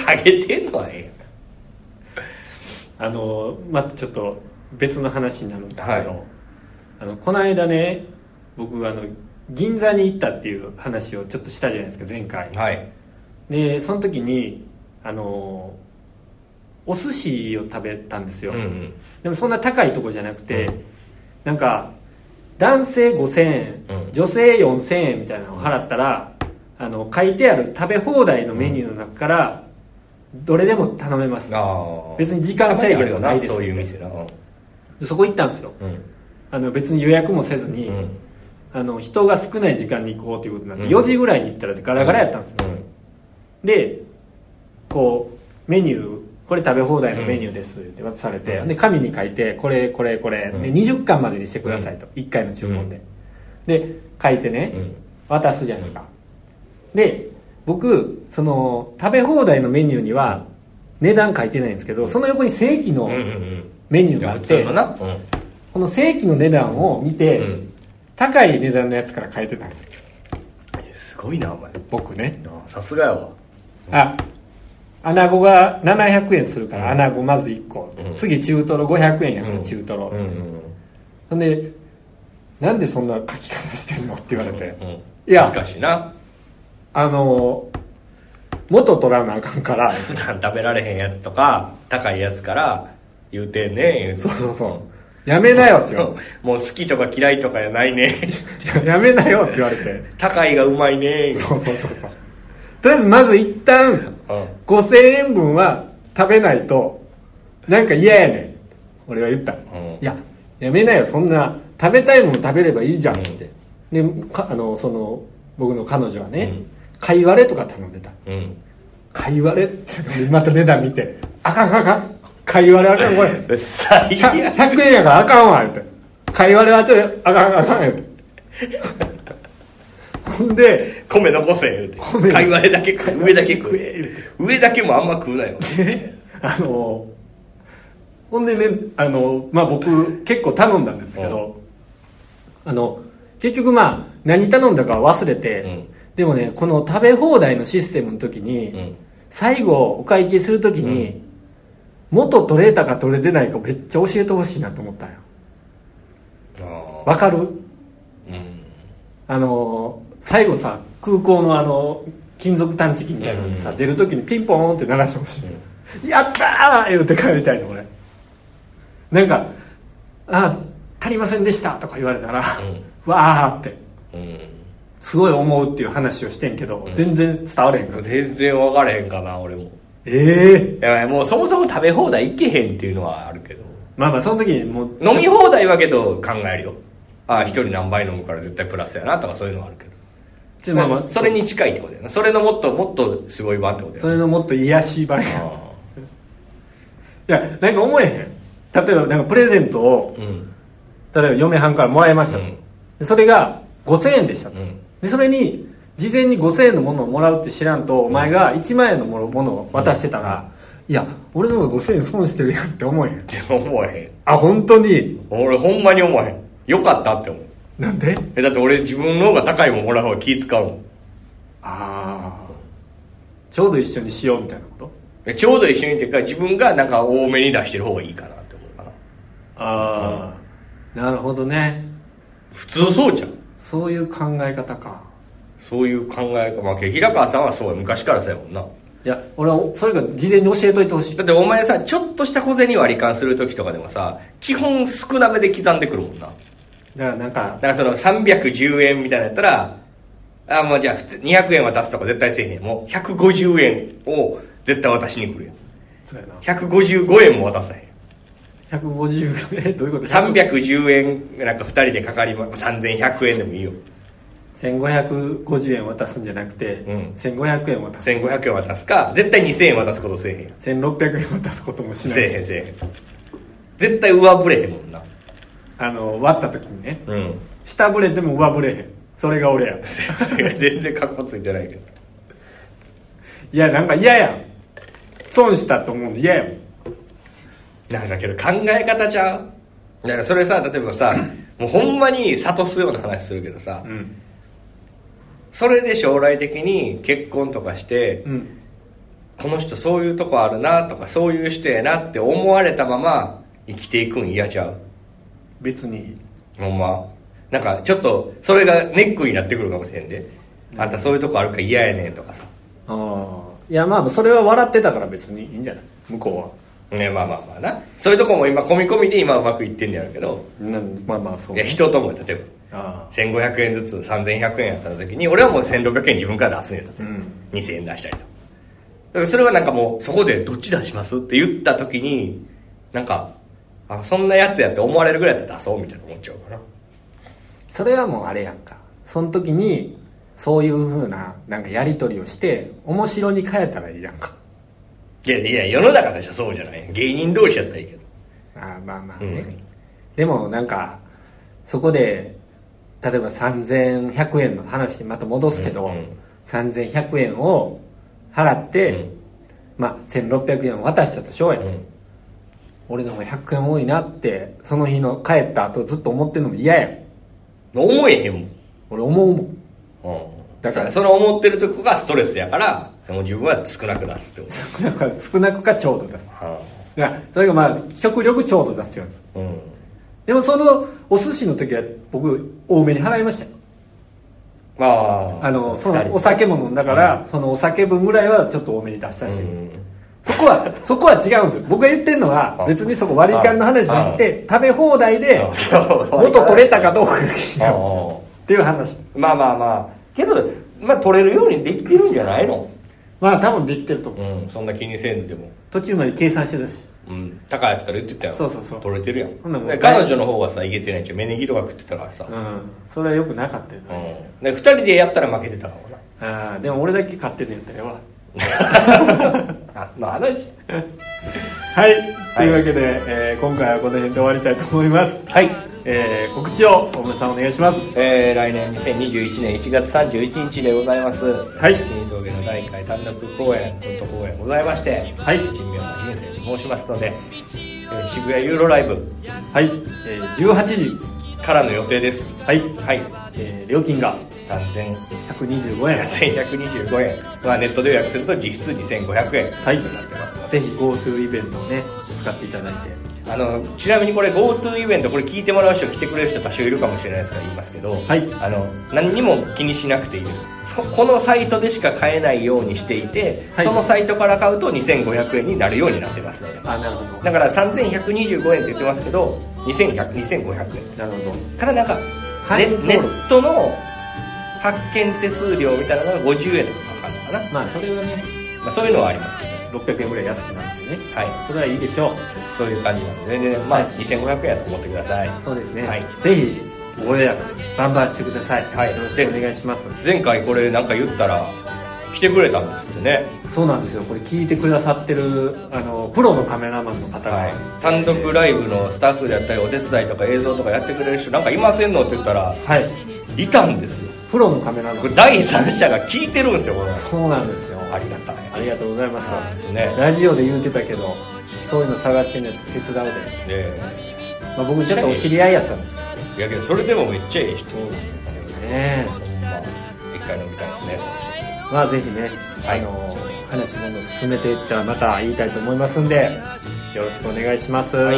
[SPEAKER 2] ハゲてんのはえ
[SPEAKER 1] あのまたちょっと別の話になるんですけど、
[SPEAKER 2] はい
[SPEAKER 1] あのこの間ね僕あの銀座に行ったっていう話をちょっとしたじゃないですか前回
[SPEAKER 2] えやんはい
[SPEAKER 1] でその時にあのお寿司を食べたんですよ、
[SPEAKER 2] うんうん
[SPEAKER 1] でもそんな高いとこじゃなくて、
[SPEAKER 2] うん
[SPEAKER 1] なんか男性5000円、
[SPEAKER 2] うん
[SPEAKER 1] 女性4000円みたいなのを払ったらあの書いてある食べ放題のメニューの中からどれでも頼めます、
[SPEAKER 2] ああ
[SPEAKER 1] 別に時間制限はないです
[SPEAKER 2] たまにあるよなそういう店なうん
[SPEAKER 1] でそこ行ったんですよ
[SPEAKER 2] うん
[SPEAKER 1] あの別に予約もせずに、
[SPEAKER 2] うん
[SPEAKER 1] あの人が少ない時間に行こうということになって、
[SPEAKER 2] うん
[SPEAKER 1] 4時ぐらいに行ったらガラガラやったんですよ、でこうメニューこれ食べ放題のメニューですって渡されて、
[SPEAKER 2] うん
[SPEAKER 1] で紙に書いてこれこれこれ、
[SPEAKER 2] うん
[SPEAKER 1] で20巻までにしてくださいと、1回の注文で、で書いてね、
[SPEAKER 2] うんうん
[SPEAKER 1] 渡すじゃないですか、で僕その食べ放題のメニューには値段書いてないんですけどその横に正規の
[SPEAKER 2] うんうんうん
[SPEAKER 1] メニュー
[SPEAKER 2] い
[SPEAKER 1] が
[SPEAKER 2] や
[SPEAKER 1] あっ
[SPEAKER 2] 普
[SPEAKER 1] て、
[SPEAKER 2] 通のなうん
[SPEAKER 1] この正規の値段を見て、
[SPEAKER 2] うん
[SPEAKER 1] 高い値段のやつから書いてたんですよ
[SPEAKER 2] いやすごいなお前
[SPEAKER 1] 僕ね
[SPEAKER 2] なあさすがやわ
[SPEAKER 1] あ穴子が700円するから
[SPEAKER 2] うん
[SPEAKER 1] 穴子まず1個、
[SPEAKER 2] うん
[SPEAKER 1] 次中トロ500円やから
[SPEAKER 2] うん
[SPEAKER 1] 中トロ、
[SPEAKER 2] うんうん
[SPEAKER 1] ほんでなんでそんな書き方してんのって言われて、
[SPEAKER 2] うん
[SPEAKER 1] いや
[SPEAKER 2] 難しいな
[SPEAKER 1] あの元取らなあかんから
[SPEAKER 2] 普段食べられへんやつとか高いやつから言うてんねん
[SPEAKER 1] そうそうそうやめなよって言われ
[SPEAKER 2] もう好きとか嫌いとかやない ね
[SPEAKER 1] てやめなよって言われて
[SPEAKER 2] 高いがうまいね
[SPEAKER 1] そうそうそうそうとりあえずまず一旦
[SPEAKER 2] うん
[SPEAKER 1] 5000円分は食べないとなんか嫌やねん俺は言った、
[SPEAKER 2] ん
[SPEAKER 1] いややめなよそんな食べたいもの食べればいいじゃんって、でかあのその僕の彼女はね、
[SPEAKER 2] うん
[SPEAKER 1] かいわれとか頼んでた
[SPEAKER 2] うん
[SPEAKER 1] かいわれって また値段見てあかんあかんあかんかいわれあかんこれ
[SPEAKER 2] 最
[SPEAKER 1] 100
[SPEAKER 2] 悪
[SPEAKER 1] 円やからあかんわ言うてかいわれはちょっとあかんあかん言うて ほんで
[SPEAKER 2] 米残せ言うて
[SPEAKER 1] 米
[SPEAKER 2] 貝割れだけ食え上だけ食え言うて上だけもあんま食う なよ
[SPEAKER 1] あのほんでねあの、まあ、僕結構頼んだんですけど、あの結局まあ何頼んだか忘れて、
[SPEAKER 2] うん
[SPEAKER 1] でもねこの食べ放題のシステムの時に、
[SPEAKER 2] うん
[SPEAKER 1] 最後お会計する時に、元取れたか取れてないかめっちゃ教えてほしいなと思ったんよ
[SPEAKER 2] あ
[SPEAKER 1] わかる
[SPEAKER 2] ーうん
[SPEAKER 1] あの最後さ空港のあの金属探知機みたいなのにさ、
[SPEAKER 2] うん
[SPEAKER 1] 出る時にピンポーンって鳴らしてほしい、やったー言うて帰りたいの俺なんか「あ足りませんでした」とか言われたら、わーって
[SPEAKER 2] うん
[SPEAKER 1] すごい思うっていう話をしてんけど、全然伝われへんから、
[SPEAKER 2] 全然分からへんかな俺も
[SPEAKER 1] ええ
[SPEAKER 2] いやもうそもそも食べ放題行けへんっていうのはあるけど
[SPEAKER 1] まあまあその時にもう
[SPEAKER 2] 飲み放題はけど考えるよああ一人何杯飲むから絶対プラスやなとかそういうのはあるけど
[SPEAKER 1] ちょまあまあ
[SPEAKER 2] それに近いってことやなそれのもっともっとすごい版ってことや
[SPEAKER 1] それのもっと癒し場合い
[SPEAKER 2] な
[SPEAKER 1] やなんか思えへん例えばなんかプレゼントを
[SPEAKER 2] あーうん
[SPEAKER 1] 例えば嫁はんからもらいましたと、
[SPEAKER 2] うん
[SPEAKER 1] でそれが5000円でしたと、
[SPEAKER 2] うん
[SPEAKER 1] でそれに事前に5000円のものをもらうって知らんとお前が1万円のものものを渡してたら、いや俺の方が5000円損してるやんって思えへん
[SPEAKER 2] でも思わへん
[SPEAKER 1] あ本当に
[SPEAKER 2] 俺ほんまに思わへんよかったって思う
[SPEAKER 1] なんで
[SPEAKER 2] えだって俺自分の方が高いもんもらう方が気使うもん
[SPEAKER 1] ああちょうど一緒にしようみたいなこと
[SPEAKER 2] えちょうど一緒にっていうか自分がなんか多めに出してる方がいいかなって思うかな
[SPEAKER 1] ああ、なるほどね
[SPEAKER 2] 普通そうじゃん
[SPEAKER 1] そういう考え方か
[SPEAKER 2] そういう考えかまあ平川さんはそうや昔からそうやもんない
[SPEAKER 1] や俺はそれが事前に教えといてほしい
[SPEAKER 2] だってお前さちょっとした小銭割り勘する時とかでもさ基本少なめで刻んでくるもん
[SPEAKER 1] だ
[SPEAKER 2] な
[SPEAKER 1] からなんか
[SPEAKER 2] だからその310円みたいなのやったらあもうじゃあ普通200円渡すとか絶対せえへんもう150円を絶対渡しに来るやん
[SPEAKER 1] そうやな
[SPEAKER 2] 155円も渡さへん
[SPEAKER 1] 150えどういうこと
[SPEAKER 2] 310円なんか2人でかかりま3100円でもいいよ
[SPEAKER 1] 1550円渡すんじゃなくて、
[SPEAKER 2] ん
[SPEAKER 1] 1500円渡す
[SPEAKER 2] 1500円渡すか絶対2000円渡すことせえへんやん
[SPEAKER 1] 1600円渡すこともしな
[SPEAKER 2] せ
[SPEAKER 1] い
[SPEAKER 2] えへん
[SPEAKER 1] し
[SPEAKER 2] せえへん絶対上ぶれへんもんな
[SPEAKER 1] あの割った時にね
[SPEAKER 2] うん
[SPEAKER 1] 下ぶれても上ぶれへんそれが俺 や
[SPEAKER 2] 全然格好ついてないけど
[SPEAKER 1] いやなんか嫌やん損したと思うの嫌やもん
[SPEAKER 2] なんだけど考え方ちゃうだからそれさ例えばさもうほんまに諭すような話するけどさ、
[SPEAKER 1] うん
[SPEAKER 2] それで将来的に結婚とかして、
[SPEAKER 1] うん
[SPEAKER 2] この人そういうとこあるなとかそういう人やなって思われたまま生きていくん嫌ちゃう
[SPEAKER 1] 別に
[SPEAKER 2] ほんまなんかちょっとそれがネックになってくるかもしれんで、あんたそういうとこあるから嫌やねんとかさ
[SPEAKER 1] ああいやまあそれは笑ってたから別にいいんじゃない向こ
[SPEAKER 2] ねまあまあまあなそういうとこも今込み込みで今うまくいってんねやろうけど、
[SPEAKER 1] うはなんまあまあそう
[SPEAKER 2] いや人とも例えば
[SPEAKER 1] あ
[SPEAKER 2] 1500円ずつ3100円やった時に俺はもう1600円自分から出すねんや
[SPEAKER 1] あうん
[SPEAKER 2] 2000円出したりとだからそれはなんかもうそこでどっち出しますって言った時になんかあそんなやつやって思われるぐらいだったら出そうみたいな思っちゃうかな
[SPEAKER 1] それはもうあれやんかその時にそういうふうななんかやり取りをして面白に変えたらいいやんか
[SPEAKER 2] いやいや世の中の人そうじゃない芸人同士やったらいいけど
[SPEAKER 1] あーまあまあ
[SPEAKER 2] う
[SPEAKER 1] ね、
[SPEAKER 2] ん
[SPEAKER 1] でもなんかそこで例えば3100円の話にまた戻すけど、
[SPEAKER 2] うんうん
[SPEAKER 1] 3100円を払って、
[SPEAKER 2] うん
[SPEAKER 1] まあ、1600円を渡したとしようや、
[SPEAKER 2] うん
[SPEAKER 1] 俺の方が100円多いなってその日の帰った後ずっと思ってるのも嫌やん
[SPEAKER 2] 思えへんもん
[SPEAKER 1] 俺思うもん だ
[SPEAKER 2] だ
[SPEAKER 1] か
[SPEAKER 2] かららその思ってるとこがストレスやからもう自分は少なく出すってこ
[SPEAKER 1] だから少なくかちょうど出す
[SPEAKER 2] と
[SPEAKER 1] だからそれがまあ極力ちょうど出すように
[SPEAKER 2] うん
[SPEAKER 1] でもそのお寿司の時は僕多めに払いましたよ
[SPEAKER 2] まあ
[SPEAKER 1] あのそのお
[SPEAKER 2] 酒
[SPEAKER 1] 酒も飲んだから、そのお酒分ぐらいはちょっと多めに出したし、
[SPEAKER 2] うん
[SPEAKER 1] そこはそこは違うんですよ僕が言ってるのは
[SPEAKER 2] あ
[SPEAKER 1] 別にそこ割り勘の話じゃなくて食べ放題で
[SPEAKER 2] ああ
[SPEAKER 1] 元取れたかどうかが気になる
[SPEAKER 2] あ
[SPEAKER 1] っていう話
[SPEAKER 2] あまあまあまあけどまあ取れるようにできてるんじゃないの
[SPEAKER 1] まあ多分できてると思う
[SPEAKER 2] うんそんな気にせんでも
[SPEAKER 1] 途中まで計算してたし
[SPEAKER 2] うん、高いやつから言ってたよ
[SPEAKER 3] そうそうそう
[SPEAKER 2] 取れてるや
[SPEAKER 3] ほんなんらもう
[SPEAKER 2] で彼女の方はさいけてないけど芽ネギとか食ってたからさ、うん
[SPEAKER 3] うんそれはよくなかったよな、
[SPEAKER 2] で2人でやったら負けてたかもな
[SPEAKER 3] あーでも俺だけ買ってんのやったらやば
[SPEAKER 2] あまあ話
[SPEAKER 3] はい、というわけで、えー今回はこの辺で終わりたいと思いますはい、えー告知を大村さんお願いします
[SPEAKER 2] えー、来年2021年1月31日でございますはい新峠の第1回単独公演コント公演ございまして
[SPEAKER 3] はい
[SPEAKER 2] 神妙な人生と申しますので、えー渋谷ユーロライブ
[SPEAKER 3] はい、えー18時
[SPEAKER 2] からの予定です
[SPEAKER 3] はい、
[SPEAKER 2] はい
[SPEAKER 3] えー料金が
[SPEAKER 2] 3000
[SPEAKER 3] 125円
[SPEAKER 2] 1125円、まあ、ネットで予約すると実質2500円
[SPEAKER 3] は
[SPEAKER 2] となっ
[SPEAKER 3] い
[SPEAKER 2] てますので
[SPEAKER 3] ぜひ GoTo イベントをね使っていただいて
[SPEAKER 2] あのちなみにこれ GoTo イベントこれ聞いてもらう人来てくれる人多少いるかもしれないですから言いますけど、
[SPEAKER 3] はい
[SPEAKER 2] あの何にも気にしなくていいですそこのサイトでしか買えないようにしていて、
[SPEAKER 3] はい
[SPEAKER 2] そのサイトから買うと2500円になるようになってますので
[SPEAKER 3] あなるほ
[SPEAKER 2] だから3125円って言ってますけど2100 2500円
[SPEAKER 3] どなるほど
[SPEAKER 2] ただなんか
[SPEAKER 3] 会
[SPEAKER 2] ネ
[SPEAKER 3] 員登
[SPEAKER 2] ネ
[SPEAKER 3] 録
[SPEAKER 2] ットの発見手数料みたいなのが50円とかかかるのかな、
[SPEAKER 3] まあそれはね
[SPEAKER 2] まあ、そういうのはありますけど
[SPEAKER 3] 600円ぐらい安くなるんでね
[SPEAKER 2] はい
[SPEAKER 3] それはいいでしょう
[SPEAKER 2] そういう感じなんで、ね、ま
[SPEAKER 3] は
[SPEAKER 2] あ
[SPEAKER 3] い
[SPEAKER 2] 2500円だと思ってください
[SPEAKER 3] そうですね、
[SPEAKER 2] はい
[SPEAKER 3] ぜひご予約バンバンしてください、
[SPEAKER 2] はい
[SPEAKER 3] よろしくお願いします
[SPEAKER 2] 前回これなんか言ったら来てくれたんですってね、
[SPEAKER 3] そうなんですよこれ聞いてくださってるあのプロのカメラマンの方が、
[SPEAKER 2] はい、単独ライブのスタッフであったりお手伝いとか映像とかやってくれる人なんかいませんのって言ったら
[SPEAKER 3] はい
[SPEAKER 2] いたんですよ
[SPEAKER 3] プロのカメラマ
[SPEAKER 2] これ
[SPEAKER 3] ン
[SPEAKER 2] 第三者が聞いてるんですよこれ
[SPEAKER 3] そうなんですよ
[SPEAKER 2] ありがたい
[SPEAKER 3] ありがとうございます、
[SPEAKER 2] ね
[SPEAKER 3] ラジオで言うてたけどそういうの探してね手伝うで、
[SPEAKER 2] で
[SPEAKER 3] まあ、僕ちょっとお知り合いやったんですけ
[SPEAKER 2] いやけどそれでもめっちゃええ人
[SPEAKER 3] そうなんですよね
[SPEAKER 2] ほんま一回飲みたいですね
[SPEAKER 3] どまあぜひね、
[SPEAKER 2] はい
[SPEAKER 3] あの話どんどん進めていったらまた言いたいと思いますんでよろしくお願いします
[SPEAKER 2] は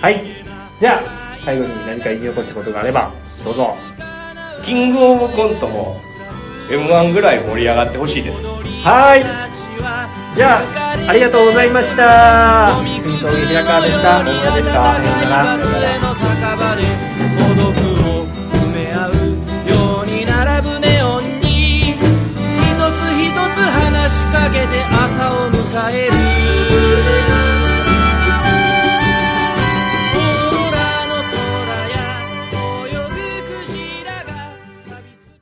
[SPEAKER 3] はいい、じゃあ最後に何か言い残したことがあればどうぞ
[SPEAKER 2] キングオブコントも m 1ぐらい盛り上がってほしいです
[SPEAKER 3] はいじゃあありがとうございました新東京平川でした大村でしたさようなら
[SPEAKER 4] 忘れの酒場で孤独を埋め合うように並ぶネオンに一つ一つ話しかけて朝を迎える